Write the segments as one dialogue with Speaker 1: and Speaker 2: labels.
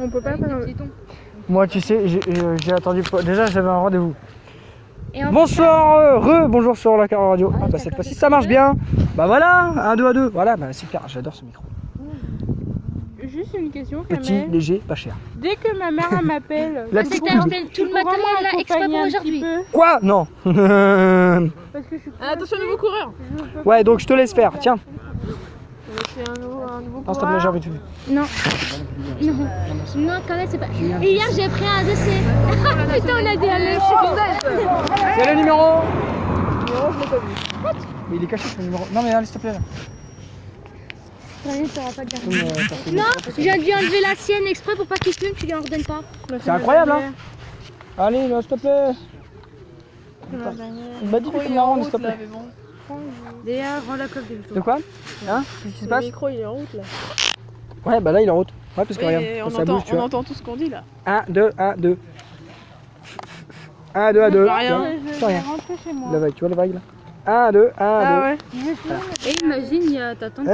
Speaker 1: On peut pas
Speaker 2: avec
Speaker 1: faire.
Speaker 2: des piétons.
Speaker 3: Moi, tu sais, j'ai- j'ai j'ai attendu. pour- Déjà, j'avais un rendez-vous.
Speaker 2: Et en plus,
Speaker 3: Bonsoir, euh, re, bonjour sur la Caro Radio.
Speaker 2: Ah,
Speaker 3: Ah, bah,
Speaker 2: t'as
Speaker 3: cette
Speaker 2: pas
Speaker 3: fois-ci,
Speaker 2: fait
Speaker 3: ça marche
Speaker 2: de-
Speaker 3: bien. Bah voilà, un 2 à 2. Voilà, bah super, j'adore ce micro.
Speaker 1: Juste une question,
Speaker 4: Ah,
Speaker 3: Petit,
Speaker 1: Kamel.
Speaker 3: léger, pas cher.
Speaker 1: Dès que ma mère elle m'appelle,
Speaker 3: La
Speaker 1: tu
Speaker 3: petite
Speaker 1: pourras-
Speaker 3: coupe.
Speaker 2: tout le
Speaker 1: tu pourras
Speaker 2: matériel
Speaker 1: m'accompagner
Speaker 2: là exprès pour
Speaker 1: un
Speaker 2: aujourd'hui.
Speaker 1: petit peu
Speaker 3: Quoi Non.
Speaker 1: Parce que je suis
Speaker 4: Ah, Attention, nouveau coureur.
Speaker 3: ouais, donc je te laisse faire. Tiens,
Speaker 4: C'est un nouveau, un nouveau
Speaker 3: non, s'il te plaît, j'ai
Speaker 4: coureur.
Speaker 3: envie de te-
Speaker 2: Non, quand même, c'est pas. Et hier, j'ai pris un AVC. Putain, on a des
Speaker 3: C'est le numéro Mais il est caché le numéro. Non, mais allez, s'il te plaît. là. Comme, euh, t'as fait-
Speaker 2: Non, j'ai dû enlever la sienne exprès pour pas qu'il fume, tu lui en redonnes pas.
Speaker 3: C'est incroyable, hein Allez, là, s'il te plaît. Il m'a dit que tu
Speaker 4: Bah, Il est
Speaker 3: me la
Speaker 4: en
Speaker 3: rendes, s'il te
Speaker 4: route là,
Speaker 3: plaît.
Speaker 4: mais bon.
Speaker 1: Déjà, rends la coque des
Speaker 3: De quoi Hein Qu'est-ce qui se
Speaker 4: Le
Speaker 3: passe
Speaker 4: micro, il est en route là.
Speaker 3: Ouais, bah là, il est en route. Ouais, parce que
Speaker 4: Oui,
Speaker 3: regarde,
Speaker 4: mais on,
Speaker 3: quand ça
Speaker 4: entend,
Speaker 3: bouge, tu
Speaker 4: on
Speaker 3: vois.
Speaker 4: entend tout ce qu'on dit là.
Speaker 3: 1, 2, 1, 2. 1, 2, 1, 2.
Speaker 4: Bah, rien.
Speaker 1: Je
Speaker 3: Sans
Speaker 1: vais
Speaker 3: rien.
Speaker 1: rentrer chez moi.
Speaker 3: La vague, tu vois la vague là 1, 2, 1, 2.
Speaker 4: ouais.
Speaker 1: Et imagine, il y a ta tante.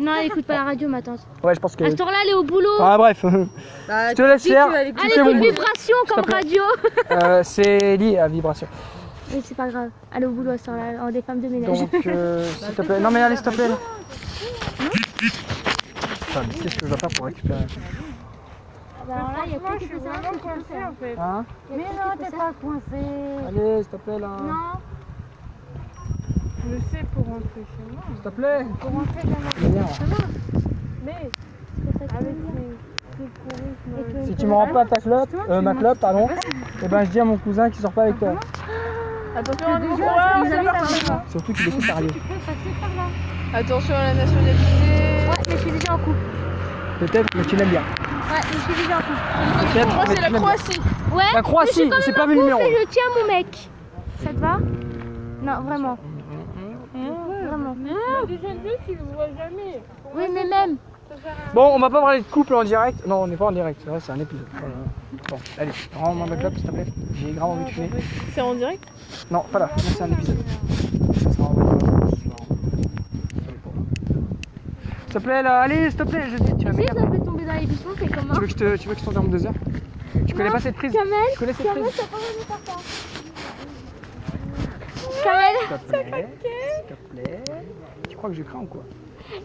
Speaker 2: Non, elle écoute pas la radio, ma tante.
Speaker 3: Ouais, je pense que.
Speaker 2: À ce heure-là, elle est au boulot.
Speaker 3: Ah, bref. Je te laisse faire.
Speaker 2: Elle
Speaker 3: c'est
Speaker 2: écoute
Speaker 3: bon.
Speaker 2: vibration comme
Speaker 3: plaît.
Speaker 2: radio.
Speaker 3: Euh, C'est lié à vibration.
Speaker 2: Mais c'est pas grave, elle est au boulot à ce heure-là, on est des femmes de ménage.
Speaker 3: Donc, euh, s'il te plaît. Non, mais allez, s'il te plaît. là. Putain, mais qu'est-ce que je dois faire pour récupérer
Speaker 2: Alors là, il y a
Speaker 1: Moi,
Speaker 2: quelqu'un
Speaker 1: je
Speaker 2: qui
Speaker 1: suis
Speaker 2: fait ça,
Speaker 1: vraiment
Speaker 2: quelqu'un qui fait
Speaker 1: coincée
Speaker 2: ça.
Speaker 1: en fait.
Speaker 3: Hein
Speaker 2: Il y a quelqu'un qui fait ça.
Speaker 1: pas coincée.
Speaker 3: Allez, s'il te plaît là.
Speaker 2: Non,
Speaker 1: Je sais pour rentrer chez moi.
Speaker 3: S'il te plaît.
Speaker 1: Pour rentrer chez moi.
Speaker 3: Viens, ouais.
Speaker 1: Mais
Speaker 2: c'est ça que
Speaker 1: avec
Speaker 2: je veux dire.
Speaker 1: ces
Speaker 2: Et
Speaker 1: touristes.
Speaker 2: que-
Speaker 3: Si tu me rends pas ta clope,
Speaker 1: Toi,
Speaker 3: euh,
Speaker 1: tu
Speaker 3: ma
Speaker 1: m'as-
Speaker 3: clope, pardon, et ben je dis à mon cousin qui sort pas avec toi.
Speaker 4: Attention, un nouveau
Speaker 1: Déjà,
Speaker 4: coureur.
Speaker 1: ils
Speaker 4: c'est
Speaker 1: habitent à
Speaker 4: parti.
Speaker 1: Paris.
Speaker 3: Surtout qu'il écoute par radio.
Speaker 4: Attention à la nationalité.
Speaker 2: Ouais, mais je suis déjà en couple.
Speaker 3: Peut-être, mais tu l'aimes bien.
Speaker 2: Ouais, mais je suis déjà en couple.
Speaker 3: Peut-être,
Speaker 4: Je crois
Speaker 3: mais
Speaker 4: que c'est
Speaker 3: tu
Speaker 4: la
Speaker 3: l'aimes bien.
Speaker 4: Croatie.
Speaker 2: Ouais,
Speaker 3: La
Speaker 2: mais je
Speaker 3: Croatie,
Speaker 2: suis quand
Speaker 3: j'ai
Speaker 2: même
Speaker 3: pas
Speaker 2: en
Speaker 3: vu le numéro.
Speaker 2: couple et je tiens mon mec. Ça te va Non, vraiment. Vraiment.
Speaker 1: Ah, deuxième but, tu le vois jamais.
Speaker 2: Oui, mais même.
Speaker 3: Bon, on va pas parler de couple en direct. Non, on n'est pas en direct, c'est vrai, c'est un épisode. Voilà. Bon, allez, rends-moi ma clope, s'il te plaît. J'ai grave envie de fumer.
Speaker 4: C'est en direct
Speaker 3: Non, pas là, là, c'est un épisode. Ça sera en vrai, ce soir. S'il te plaît, là, allez, s'il te plaît, je dis, tu vas
Speaker 2: Si
Speaker 3: me
Speaker 2: je la fais tomber dans les buissons, c'est comment
Speaker 3: Tu veux que je te, tu veux que je t'endorme deux heures Tu connais pas cette prise
Speaker 2: Kamel,
Speaker 3: Tu connais cette prise
Speaker 2: Kamel,
Speaker 3: S'il te plaît, s'il te plaît. Tu crois que je crains ou quoi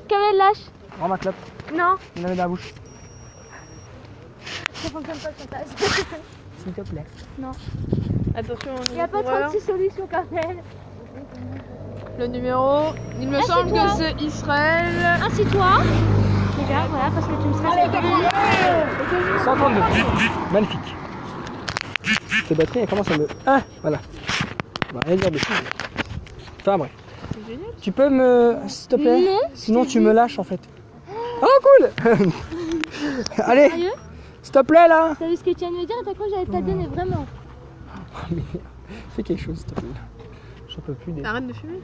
Speaker 2: Kamel, lâche.
Speaker 3: Rends ma clope,
Speaker 2: Non,
Speaker 3: il la met dans la bouche.
Speaker 2: ça fonctionne pas comme ça.
Speaker 3: S'il te plaît.
Speaker 4: Attention, un
Speaker 2: Il n'y a
Speaker 4: nouveau
Speaker 2: pas
Speaker 4: coureur.
Speaker 2: 36 solutions, Kamel.
Speaker 4: Le numéro, il
Speaker 2: Ah,
Speaker 4: me semble que
Speaker 2: Assieds-toi.
Speaker 4: c'est Israël.
Speaker 2: Assieds-toi. Déjà, voilà, parce que tu me seras sur
Speaker 3: 132. Magnifique. Cette batterie, elle commence à me. Ah Voilà. Bah, rien dire de plus. Enfin, bref.
Speaker 4: C'est génial.
Speaker 3: Tu peux me. S'il te plaît
Speaker 2: Non,
Speaker 3: Sinon, tu me lâches en fait. Oh, cool Allez
Speaker 2: Sérieux
Speaker 3: S'il te plaît là
Speaker 2: T'as vu ce que tu viens de me dire et t'as cru que j'allais te la donner, vraiment.
Speaker 3: Fais quelque chose, s'il te plaît. J'en peux plus des.
Speaker 4: Arrête de fumer.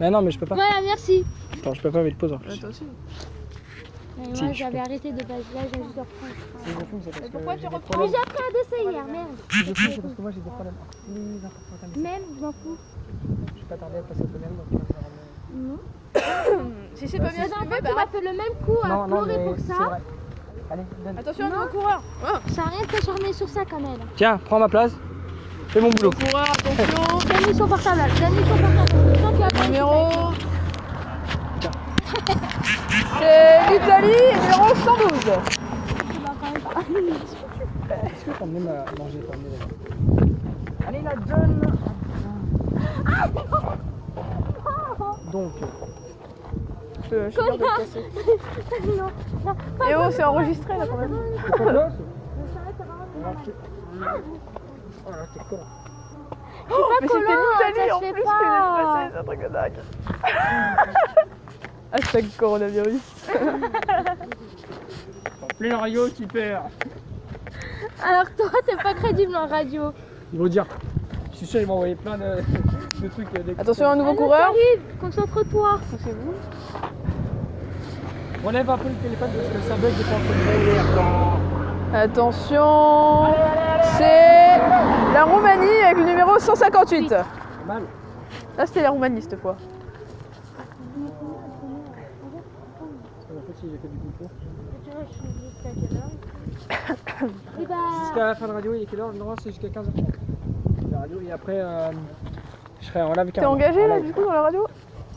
Speaker 3: Mais non, mais je peux pas.
Speaker 2: Voilà, merci.
Speaker 3: Attends, je peux pas mettre pause en plus.
Speaker 4: Attention.
Speaker 2: Mais
Speaker 3: Si,
Speaker 2: moi,
Speaker 3: je
Speaker 2: j'avais arrêté de base, là, j'ai juste reprendre.
Speaker 4: Mais pourquoi tu reprends
Speaker 2: Mais j'ai appris à décès hier, merde.
Speaker 3: C'est parce que moi j'ai des problèmes plus importants à mes-
Speaker 2: Même, je m'en fous.
Speaker 3: Je vais pas tarder à passer au podium, donc tu vas me faire un-
Speaker 2: Non.
Speaker 4: Si c'est pas bien
Speaker 2: La dernière fois,
Speaker 4: fumé,
Speaker 2: tu
Speaker 4: bah
Speaker 2: m'as fait le même coup à
Speaker 3: Non, non,
Speaker 2: pleurer
Speaker 3: mais
Speaker 2: pour
Speaker 3: c'est
Speaker 2: ça.
Speaker 3: vrai. Allez, donne.
Speaker 4: Attention, un nouveau coureur. Oh,
Speaker 2: Ça a rien de t'acharner sur ça, Kamel.
Speaker 3: Tiens, prends ma place. Fais mon boulot.
Speaker 4: nouveau coureur, attention.
Speaker 2: Donne-lui son portable, là. donne-lui son portable. Je sens qu'il a pas
Speaker 4: Numéro. C'est l'Italie, numéro 112.
Speaker 2: Tu vas quand même pas.
Speaker 3: Est-ce que t'as amené ma manger t'as amené la- Allez la donne Donc,
Speaker 4: Euh,
Speaker 2: Non,
Speaker 4: Et oh, c'est enregistré là quand même.
Speaker 3: c'est quoi là
Speaker 2: je s'arrête vraiment de mal.
Speaker 3: Oh là, quel con.
Speaker 4: oh, Mais
Speaker 2: collant,
Speaker 4: c'était l'Italie
Speaker 2: euh, ça
Speaker 4: en
Speaker 2: se
Speaker 4: plus
Speaker 2: fait
Speaker 4: qui est
Speaker 2: pas.
Speaker 4: déplacée, c'est un truc de dingue. Hashtag coronavirus.
Speaker 3: Les Lario qui perd
Speaker 2: Alors toi, t'es pas crédible en radio.
Speaker 3: Ils vont dire. Je suis sûr, ils m'ont envoyé plein de, de trucs. euh, des-
Speaker 4: Attention, un nouveau
Speaker 2: Allô,
Speaker 4: coureur.
Speaker 2: t'arrives, Concentre-toi.
Speaker 4: Poussez-vous.
Speaker 3: Relève un peu le téléphone parce que ça bug de temps en
Speaker 4: Attention, c'est la Roumanie avec le numéro Ah, 158. Là,
Speaker 3: temps. Mal.
Speaker 4: c'était la Roumanie cette fois.
Speaker 3: Ça m'a fait si j'ai fait du concours.
Speaker 2: Tu vois, je suis jusqu'à quelle heure Eh bah,
Speaker 3: Jusqu'à la fin de radio, il est quelle heure Normalement, c'est jusqu'à 15h30. La radio, et après, euh, je serai en live.
Speaker 4: T'es engagé là du coup dans la radio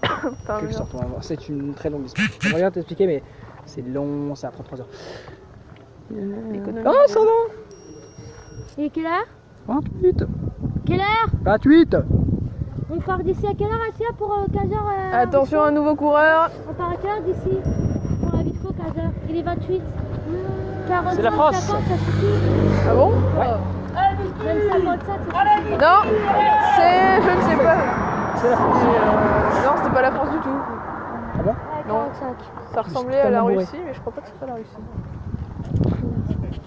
Speaker 4: Putain,
Speaker 3: Ah, Quelque
Speaker 4: merde.
Speaker 3: sorte, on va voir. C'est une très longue histoire. Je vais rien t'expliquer, mais c'est long, ça prend 3 heures.
Speaker 4: Économie.
Speaker 3: Ah, ça va
Speaker 2: il est quelle heure
Speaker 3: 28
Speaker 2: Quelle heure
Speaker 3: 28
Speaker 2: On part d'ici à quelle heure, Atia, pour euh, 15h
Speaker 4: Ah, Attention, un nouveau coureur.
Speaker 2: On part à quelle heure d'ici Pour la Vitco, 15h. Il est 28. 45,
Speaker 3: C'est la France.
Speaker 2: 50, ça suffit.
Speaker 4: Ah bon
Speaker 2: Même 55, ça suffit.
Speaker 4: Non, c'est. Je ne sais pas.
Speaker 3: C'est la France.
Speaker 4: Non, c'était pas la France du tout.
Speaker 2: Ouais,
Speaker 4: Non.
Speaker 2: 45.
Speaker 4: Ça ressemblait à la
Speaker 3: tellement bourré.
Speaker 4: Russie, mais je crois pas que ce soit la Russie.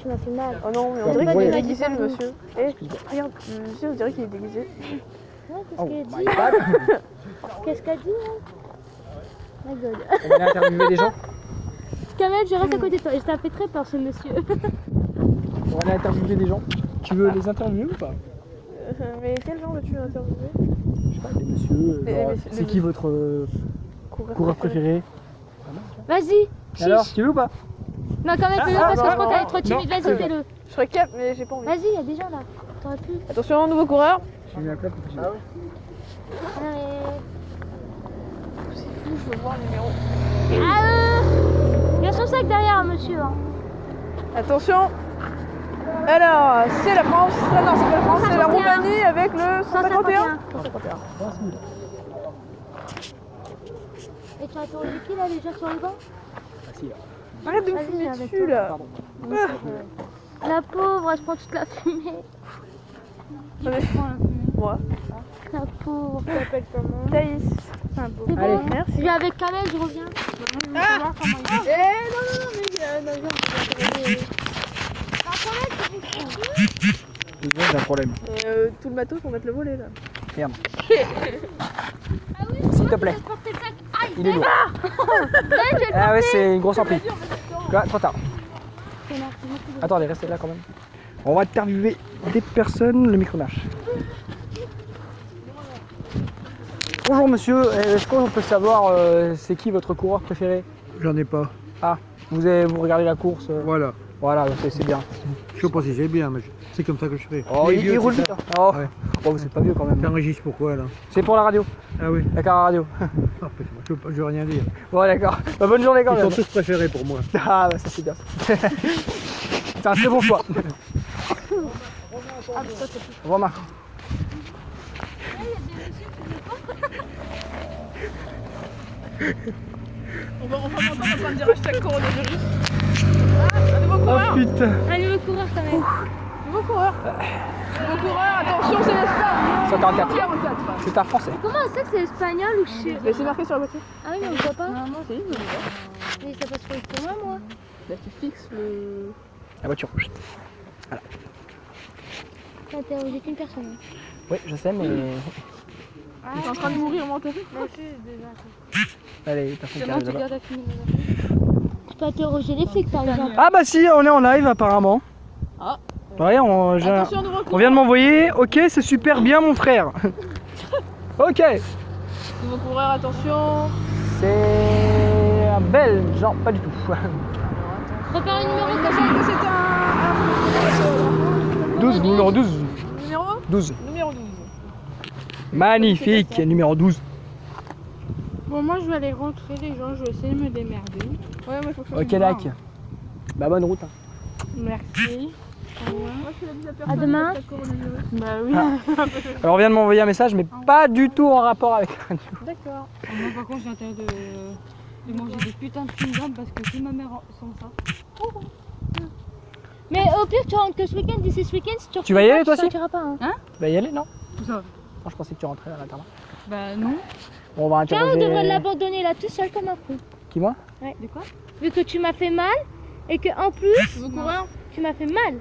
Speaker 2: Tu m'as fait mal.
Speaker 4: Oh non, mais
Speaker 3: Ouais,
Speaker 4: on dirait qu'il
Speaker 3: bourré.
Speaker 4: est déguisé le monsieur. Eh,
Speaker 3: Excuse-moi.
Speaker 4: regarde, le monsieur, on dirait qu'il est déguisé.
Speaker 2: Ouais, Qu'est-ce
Speaker 3: Oh
Speaker 2: qu'elle
Speaker 3: my
Speaker 2: dit
Speaker 3: god
Speaker 2: Qu'est-ce qu'elle dit elle My god.
Speaker 3: On a interviewé des gens.
Speaker 2: Kamel, je reste à côté de toi. Et ça fait très peur ce monsieur.
Speaker 3: On a interviewé des gens. Tu veux les interviewer ou pas
Speaker 4: Euh, Mais quel genre veux-tu interviewer
Speaker 3: Je sais pas, des messieurs.
Speaker 4: Des
Speaker 3: genre,
Speaker 4: messieurs,
Speaker 3: c'est
Speaker 4: des
Speaker 3: qui votre euh, coureur préféré
Speaker 2: Vas-y. Chiche.
Speaker 3: Alors, tu veux ou pas
Speaker 2: Non, quand même,
Speaker 3: Ah,
Speaker 2: fais-le
Speaker 3: ah,
Speaker 2: parce que
Speaker 3: non,
Speaker 2: je crois
Speaker 3: non,
Speaker 2: qu'elle est trop
Speaker 3: non.
Speaker 2: timide. Vas-y, fais-le.
Speaker 4: Je serais cap, mais j'ai pas envie.
Speaker 2: Vas-y, il y a des gens là. T'aurais pu.
Speaker 4: Attention, nouveau coureur.
Speaker 3: J'ai mis un clap pour que tu veux.
Speaker 2: Ah, mais...
Speaker 4: C'est fou, je veux voir le numéro.
Speaker 2: ah euh, Il y a son sac derrière, hein, monsieur. hein.
Speaker 4: Attention. Alors, c'est la France. Ah non, c'est pas la France, c'est la
Speaker 2: 151.
Speaker 4: Roumanie avec le 151.
Speaker 2: 151. Et tu as tourné qui là, les gens sur le banc
Speaker 3: Ah, si, là.
Speaker 4: Arrête de me
Speaker 2: Vas-y,
Speaker 4: fumer
Speaker 2: avec
Speaker 4: dessus là.
Speaker 3: Pardon.
Speaker 2: La pauvre, je prends toute la fumée.
Speaker 4: Moi,
Speaker 2: La pauvre.
Speaker 4: Thaïs.
Speaker 2: C'est
Speaker 3: Allez.
Speaker 2: bon
Speaker 4: Merci.
Speaker 2: Je vais avec Kamel, je reviens. Ah
Speaker 4: Eh non, non, non, mais euh, non,
Speaker 3: Ils ont un problème.
Speaker 4: viens. Euh, tout le matos, on va te le voler là.
Speaker 3: S'il te plaît. Il est lourd. Ah ouais, c'est une grosse ampli. Quoi, trop tard. Attendez, restez là quand même. On va interviewer des personnes, le micro lâche. Bonjour monsieur, est-ce qu'on peut savoir euh, c'est qui votre coureur préféré
Speaker 5: J'en ai pas.
Speaker 3: vous, avez, vous regardez la course euh,
Speaker 5: Voilà.
Speaker 3: Voilà, donc c'est c'est bien.
Speaker 5: Je sais pas si j'ai bien, mais je- c'est comme ça que je fais.
Speaker 3: Oh,
Speaker 5: Les
Speaker 3: il,
Speaker 5: vieux,
Speaker 3: il roule
Speaker 5: c'est
Speaker 3: vite.
Speaker 5: ça.
Speaker 3: hein. Oh.
Speaker 5: Ouais.
Speaker 3: Oh, c'est pas vieux quand même.
Speaker 5: T'enregistres pourquoi là
Speaker 3: C'est pour la radio,
Speaker 5: Ah oui.
Speaker 3: la car radio.
Speaker 5: Ah, putain, je, peux- je veux rien dire.
Speaker 3: Bon, d'accord. Bah, bonne journée quand
Speaker 5: Ils
Speaker 3: même.
Speaker 5: sont tous préférés pour moi.
Speaker 3: Ah, bah ça c'est bien. c'est un très bon choix. Au revoir Marc.
Speaker 4: On va enfin entendre en train de dire hashtag coronavirus. Un nouveau
Speaker 3: Oh
Speaker 4: coureur
Speaker 3: putain.
Speaker 2: Un nouveau coureur, Kamel.
Speaker 4: Ah, Nouveau coureur Nouveau coureur, attention, c'est l'Espagne
Speaker 3: 144.
Speaker 4: 44, pardon.
Speaker 3: C'est un français.
Speaker 2: Comment on sait que c'est espagnol ou que je suis.
Speaker 4: Mais c'est marqué sur la voiture
Speaker 2: Ah oui, mais on voit pas.
Speaker 4: non, c'est
Speaker 2: Mais ça passe pas pour moi, moi.
Speaker 4: Là, tu fixes le.
Speaker 3: La voiture.
Speaker 2: T'as interrogé qu'une personne.
Speaker 3: Oui, je sais, mais.
Speaker 4: T'es Ah, en train de mourir, moi, t'as vu
Speaker 1: Moi aussi, j'ai déjà.
Speaker 3: Allez, personne qui arrive
Speaker 4: Ah,
Speaker 3: là-bas.
Speaker 2: Tu peux interroger les flics, par exemple.
Speaker 3: Ah bah si, on est en live apparemment.
Speaker 4: Ah.
Speaker 3: Ouais, on, j'ai-
Speaker 4: Attention, nouveau
Speaker 3: on
Speaker 4: coureur
Speaker 3: vient de m'envoyer. Ok, c'est super bien mon frère. ok.
Speaker 4: Nouveau coureur, attention
Speaker 3: C'est un belge. Non, pas du tout.
Speaker 2: Prépare le numéro,
Speaker 4: Je
Speaker 2: Kamel.
Speaker 4: sais que C'est un.
Speaker 3: 12, numéro 12.
Speaker 4: un- Numéro
Speaker 3: 12.
Speaker 4: Numéro 12.
Speaker 3: Magnifique, numéro 12.
Speaker 1: Bon, moi, je vais aller rentrer, les gens. Je vais essayer de me démerder.
Speaker 4: Ouais, moi, faut que je fasse
Speaker 3: Ok,
Speaker 4: une
Speaker 3: lac.
Speaker 4: barre.
Speaker 3: Bah, bonne route. hein.
Speaker 1: Merci. Au revoir.
Speaker 4: Moi, je fais la bise à personne,
Speaker 2: demain.
Speaker 4: hashtag coronavirus.
Speaker 1: Bah oui.
Speaker 3: Alors, on vient de m'envoyer un message, mais pas du tout en rapport avec la radio.
Speaker 4: D'accord.
Speaker 1: Ah, Moi, par contre, j'ai intérêt de, de manger des putains de chewing-gum parce que si ma mère en- sent ça.
Speaker 2: Mais au pire, tu rentres que ce week-end. D'ici ce week-end, si tu
Speaker 3: Tu vas y
Speaker 2: rentres
Speaker 3: aller,
Speaker 2: pas,
Speaker 3: toi aussi
Speaker 2: sortiras pas. hein.
Speaker 3: Bah, y aller, non
Speaker 1: Ça va.
Speaker 3: Non, Je pensais que tu rentrais à l'internat.
Speaker 1: Bah non.
Speaker 3: Bon, on va
Speaker 2: Tiens, on devrait
Speaker 3: interroger.
Speaker 2: l'abandonner là tout seul comme un con.
Speaker 3: Qui, moi
Speaker 1: De quoi
Speaker 2: Vu que tu m'as fait mal et que en plus,
Speaker 4: Nouveau coureur
Speaker 2: tu m'as fait mal.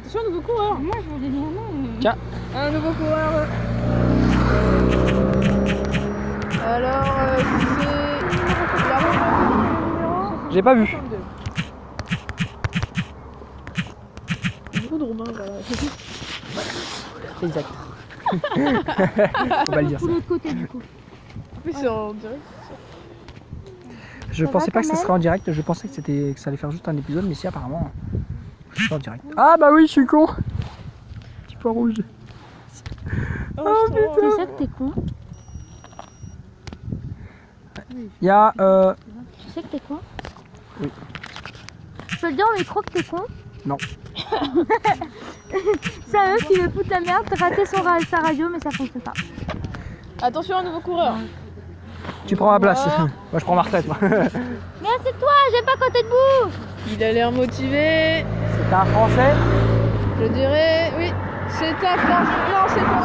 Speaker 4: Attention, nouveau coureur
Speaker 1: Moi, je voulais dire non.
Speaker 4: Un nouveau coureur. Alors, euh, c'est. La Roumanie,
Speaker 3: J'ai pas
Speaker 4: numéro
Speaker 3: vu.
Speaker 4: 62. Beaucoup de Roumains, voilà.
Speaker 3: Exact. Faut pas le dire.
Speaker 2: Pour l'autre côté, du coup.
Speaker 4: Ah, Mais c'est en direct.
Speaker 3: je
Speaker 2: Ça
Speaker 3: pensais
Speaker 2: va
Speaker 3: pas
Speaker 2: quand
Speaker 3: que ça
Speaker 2: même
Speaker 3: serait en direct, je pensais que c'était que ça allait faire juste un épisode, mais si apparemment c'est en direct. Ah bah oui, je suis con. Petit point rouge.
Speaker 4: Oh,
Speaker 2: C'est ça que t'es con
Speaker 3: Il y a euh,
Speaker 2: Tu sais que t'es con
Speaker 3: Oui.
Speaker 2: Je peux le dire au micro que t'es con
Speaker 3: Non.
Speaker 2: C'est un meuf qui me fout la merde, t'as raté son ra- sa radio mais ça fonctionne pas.
Speaker 4: Attention, un nouveau coureur.
Speaker 3: tu prends ma place. moi je prends ma retraite. moi.
Speaker 2: Mais c'est toi, j'ai pas côté debout
Speaker 4: Il a l'air motivé.
Speaker 3: c'est un français
Speaker 4: Je dirais, oui, c'est un français. Non, c'est pas un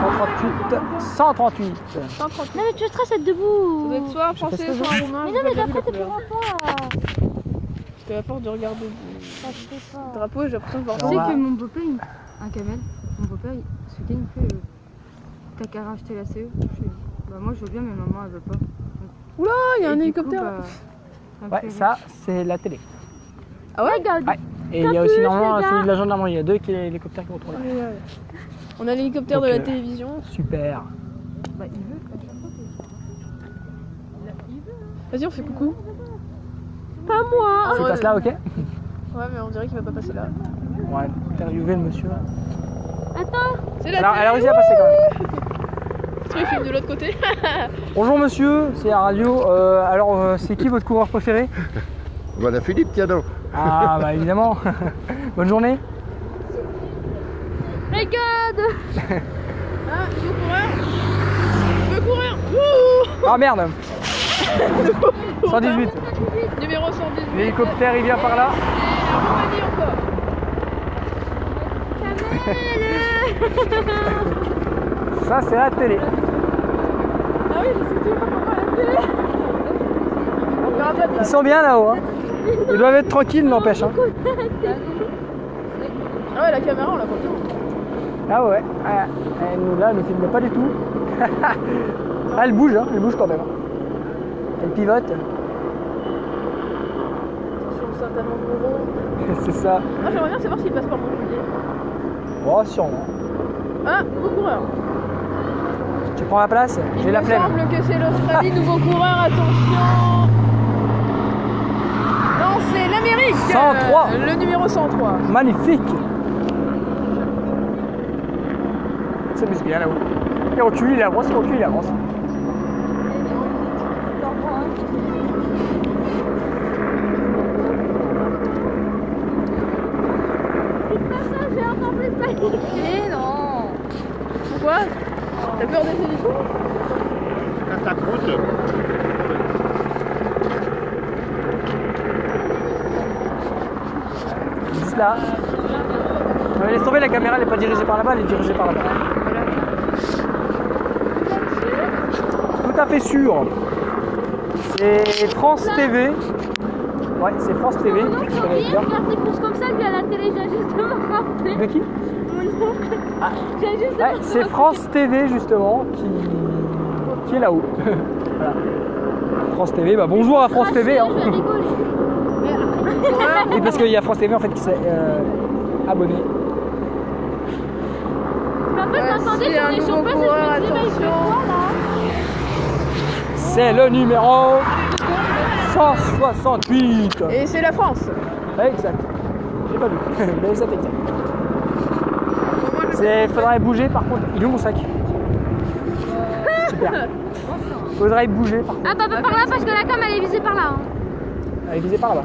Speaker 3: 138 138.
Speaker 4: français.
Speaker 2: Non mais tu veux très être
Speaker 4: Ça
Speaker 2: debout
Speaker 4: doit être hein, soit un
Speaker 3: Je sais pas
Speaker 4: français,
Speaker 3: ce que
Speaker 4: soit un roumain.
Speaker 2: Mais
Speaker 4: j'ai
Speaker 2: non mais
Speaker 4: pas vu la
Speaker 2: d'après t'es plus
Speaker 4: couleur.
Speaker 2: grand que moi
Speaker 4: Parce qu'à force de regarder le
Speaker 2: Ça se fait pas.
Speaker 4: drapeau, j'ai l'impression de voir
Speaker 1: Tu sais
Speaker 3: va-
Speaker 1: que mon beau-père, il- un camel, mon beau-père, il- ce gars, il me fait euh, T'as qu'à racheter la CE Je fais, Bah, moi, je veux bien, mais maman, elle veut pas.
Speaker 4: Ah, il y
Speaker 1: Et
Speaker 4: a un
Speaker 1: du coup,
Speaker 4: hélicoptère.
Speaker 1: bah, ça me fait
Speaker 3: Ouais,
Speaker 1: rire.
Speaker 3: ça c'est la télé.
Speaker 4: Ah ouais
Speaker 2: Regarde,
Speaker 3: Et il y a aussi
Speaker 2: Capuche,
Speaker 3: normalement
Speaker 2: les gars.
Speaker 3: celui de la gendarmerie, il y a deux qui hélicoptères qui vont trouver.
Speaker 4: Génial. Ah On a l'hélicoptère
Speaker 3: Donc,
Speaker 4: de la
Speaker 3: euh,
Speaker 4: télévision.
Speaker 3: Super.
Speaker 1: Bah, il veut, quoi.
Speaker 4: Vas-y, on fait coucou.
Speaker 2: pas moi
Speaker 3: Tu
Speaker 4: Ah, ouais.
Speaker 3: passes là, OK
Speaker 4: Oh, Ouais, mais on dirait qu'il va pas passer là.
Speaker 3: On va interviewer le monsieur.
Speaker 4: C'est
Speaker 3: Alors, elle
Speaker 4: la
Speaker 3: a
Speaker 4: télé.
Speaker 3: réussi à passer quand même.
Speaker 4: Tu le filmes de l'autre côté.
Speaker 3: Bonjour monsieur, c'est la radio. Euh, alors euh, c'est qui votre coureur préféré
Speaker 6: Voilà Philippe, tiens donc.
Speaker 3: Ah bah évidemment. Bonne journée.
Speaker 2: Regarde
Speaker 4: Ah, nouveau coureur. Nouveau coureur. Wouh
Speaker 3: Ah merde. 118.
Speaker 4: Numéro 118.
Speaker 3: L'hélicoptère il vient par là.
Speaker 4: Et la Roumanie encore.
Speaker 3: Ça c'est la télé.
Speaker 4: Ah oui, je sais toujours pas pourquoi la télé. On verra pas bien.
Speaker 3: Ils sont bien là-haut. hein. Ils doivent être tranquilles n'empêche. hein.
Speaker 4: Ah ouais, la caméra, on l'a pas bien.
Speaker 3: Ah ouais. Ah, elle nous- là elle ne filme pas du tout. ah, elle bouge, hein, elle bouge quand même. Elle pivote.
Speaker 4: Attention, Saint-Amand-Gros.
Speaker 3: c'est ça.
Speaker 4: Moi, j'aimerais bien savoir s'il passe par Montpellier.
Speaker 3: Oh sûrement.
Speaker 4: Ah, nouveau coureur.
Speaker 3: Tu prends ma place J'ai
Speaker 4: Il
Speaker 3: la
Speaker 4: me
Speaker 3: flemme.
Speaker 4: semble que c'est l'Australie, nouveau coureur, attention. Non, c'est l'Amérique.
Speaker 3: 103.
Speaker 4: euh, le numéro 103.
Speaker 3: Magnifique. Ça mise bien là-haut. Et on cul il avance, on cul il avance.
Speaker 2: Mais non
Speaker 4: Pourquoi T'as peur des hélicos
Speaker 6: Casse la croûte.
Speaker 3: Juste là. Ouais, laisse tomber, la caméra n'est pas dirigée par là-bas, elle est dirigée par là-bas. Tout à fait sûr. C'est France TV. Ouais, c'est France TV.
Speaker 2: Mon oncle,
Speaker 3: Je connais
Speaker 2: il
Speaker 3: bien.
Speaker 2: regarde des courses comme ça, lui à la télé, j'ai juste de me rappeler.
Speaker 3: De qui Ah.
Speaker 2: Mon oncle, j'ai juste de
Speaker 3: Ouais,
Speaker 2: me
Speaker 3: C'est
Speaker 2: rappeler.
Speaker 3: France TV justement qui, qui est là-haut. Voilà. France TV, bah bonjour à France
Speaker 2: Ah,
Speaker 3: TV. hein.
Speaker 2: Je vais rigoler.
Speaker 3: Et parce qu'il y a France TV en fait qui s'est euh, abonné.
Speaker 2: Mais en fait,
Speaker 4: Ouais,
Speaker 2: j'attendais
Speaker 4: si,
Speaker 2: qu'on
Speaker 4: un
Speaker 2: les
Speaker 4: nouveau
Speaker 2: surpasse et
Speaker 4: coureur,
Speaker 2: je me disais, mais il fait hein.
Speaker 4: attention.
Speaker 2: quoi, là
Speaker 3: C'est le numéro 168.
Speaker 4: Et c'est la France.
Speaker 3: Exact. J'ai pas vu. Mais ça fait exact. C'est... Faudrait bouger par contre. Il est où mon sac Super. Faudrait bouger par contre.
Speaker 2: Ah bah, bah, par là, parce que la cam elle est visée par là. hein.
Speaker 3: Allez, visez par là.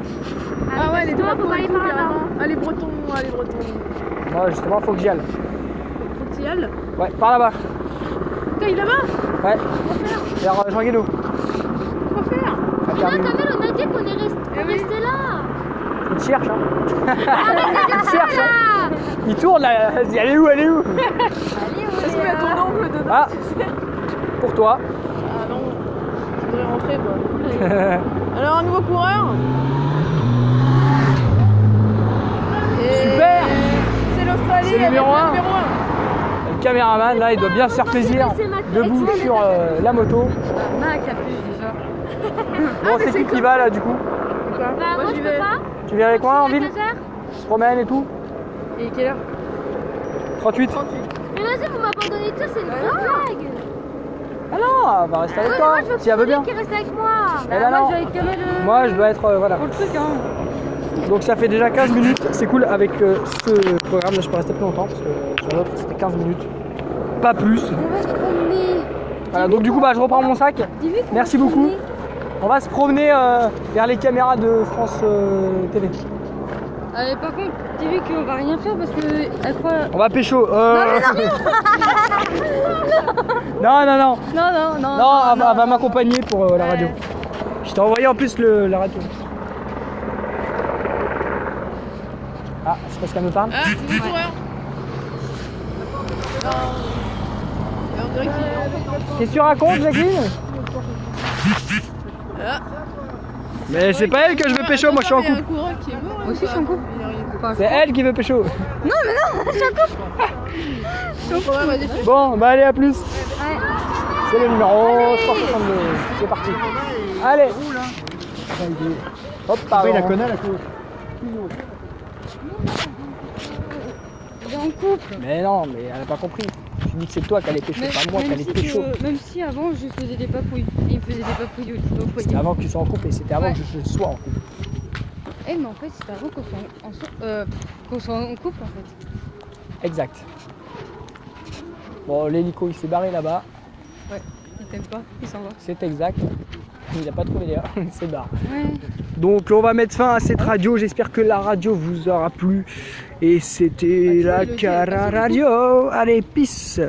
Speaker 4: Ah ouais, les
Speaker 2: Justement, faut
Speaker 4: drapeaux
Speaker 2: pas
Speaker 4: et
Speaker 2: aller
Speaker 4: tout,
Speaker 2: par là.
Speaker 4: carrément. Ah, les Bretons, ah, les Bretons.
Speaker 3: Moi justement faut que j'y aille.
Speaker 4: Faut que t'y ailles.
Speaker 3: Ouais, par là-bas.
Speaker 4: Putain, il est là-bas
Speaker 3: Ouais. Vers euh, Jean Guédot.
Speaker 4: Quoi
Speaker 3: Ça
Speaker 4: faire
Speaker 2: Mais non,
Speaker 3: termine.
Speaker 2: quand même, on a dit qu'on est rest-
Speaker 4: Eh oui.
Speaker 2: resté là.
Speaker 3: Il cherche hein. bah, Il cherche hein. Il tourne là. Elle se dit, Elle est où Elle est où
Speaker 4: Est-ce qu'il y a ton
Speaker 2: Euh,
Speaker 4: oncle dedans
Speaker 3: Ah. Pour toi.
Speaker 4: Ah non, je voudrais rentrer quoi. Alors un nouveau coureur. Et
Speaker 3: Super
Speaker 4: C'est l'Australie
Speaker 3: C'est
Speaker 4: avec
Speaker 3: numéro
Speaker 4: le
Speaker 3: un.
Speaker 4: numéro un.
Speaker 3: Le caméraman là il doit bien se faire plaisir debout sur euh, la moto.
Speaker 1: Ah, Capuche, déjà. Ah,
Speaker 3: Bon c'est qui qui va là du coup
Speaker 4: Quoi
Speaker 2: Bah, moi,
Speaker 4: Ah, Moi
Speaker 2: je
Speaker 4: j'y
Speaker 2: peux
Speaker 4: vais.
Speaker 2: pas.
Speaker 3: Tu viens avec moi en
Speaker 2: Je suis
Speaker 3: ville
Speaker 2: à 15 heures.
Speaker 3: Je promène et tout
Speaker 4: Et quelle heure
Speaker 3: 38
Speaker 2: Mais vas-y, vous m'abandonnez tous, c'est une grosse blague.
Speaker 3: Ah non, elle va rester avec
Speaker 4: Ah,
Speaker 3: toi. Si elle veut bien.
Speaker 2: Qui reste avec moi
Speaker 3: Elle a
Speaker 1: Ah, moi,
Speaker 3: non.
Speaker 1: je vais avec Kamel, euh,
Speaker 3: Moi, je dois être. euh, voilà.
Speaker 1: pour le truc, hein.
Speaker 3: Donc ça fait déjà 15 minutes, c'est cool avec euh, ce programme, là je peux rester plus longtemps parce que euh, sur l'autre c'était 15 minutes, pas plus. Voilà, donc du coup bah, je reprends mon sac, merci beaucoup. On va se promener euh, vers les caméras de France euh, TV.
Speaker 1: Euh, par contre, dis-lui qu'on va rien faire parce que elle croit.
Speaker 3: On va pécho. euh. non, non, non.
Speaker 1: Non, non, non.
Speaker 3: Non, elle va- elle va m'accompagner pour euh, la radio. Je t'ai envoyé en plus le, la radio. Ah, c'est parce qu'elle me parle
Speaker 4: Ah, c'est une erreur. Non. Et on dirait qu'il-
Speaker 3: Qu'est-ce que tu racontes, Jacqueline
Speaker 4: Ah.
Speaker 3: Mais c'est pas elle que je veux pécho, moi je suis en
Speaker 4: Il y a
Speaker 3: couple.
Speaker 4: un coureur qui est beau, hein,
Speaker 1: Moi aussi, je suis en couple.
Speaker 4: il y a rien.
Speaker 3: C'est elle qui veut pécho.
Speaker 4: Ouais, vas-y, fais-
Speaker 3: Bon, bah allez, à plus. C'est le numéro 162. C'est parti. Allez. Hop,
Speaker 5: Oui, la
Speaker 3: pardon.
Speaker 5: connaît, la cour.
Speaker 1: Elle est en couple.
Speaker 3: Mais non, mais elle a pas compris. Tu dis que c'est toi qui allais pécho,
Speaker 1: Même,
Speaker 3: pas moi qui
Speaker 1: même
Speaker 3: allais
Speaker 1: si
Speaker 3: pécho.
Speaker 1: je- même si avant, je faisais des papouilles. Et il me faisait des papouilles au au
Speaker 3: C'était
Speaker 1: foyer.
Speaker 3: avant que tu sois en couple et c'était avant
Speaker 1: Ouais.
Speaker 3: que je sois en couple.
Speaker 1: Eh, mais en fait, c'est avant qu'on soit en, en so- euh, qu'on soit en couple, en fait.
Speaker 3: Exact. Bon, l'hélico il s'est barré là-bas,
Speaker 1: Il t'aime pas, il s'en va.
Speaker 3: c'est exact. Il a pas trouvé d'ailleurs, il s'est barré.
Speaker 1: Ouais.
Speaker 3: Donc on va mettre fin à cette radio, j'espère que la radio vous aura plu. Et c'était la Cara Radio. Allez, peace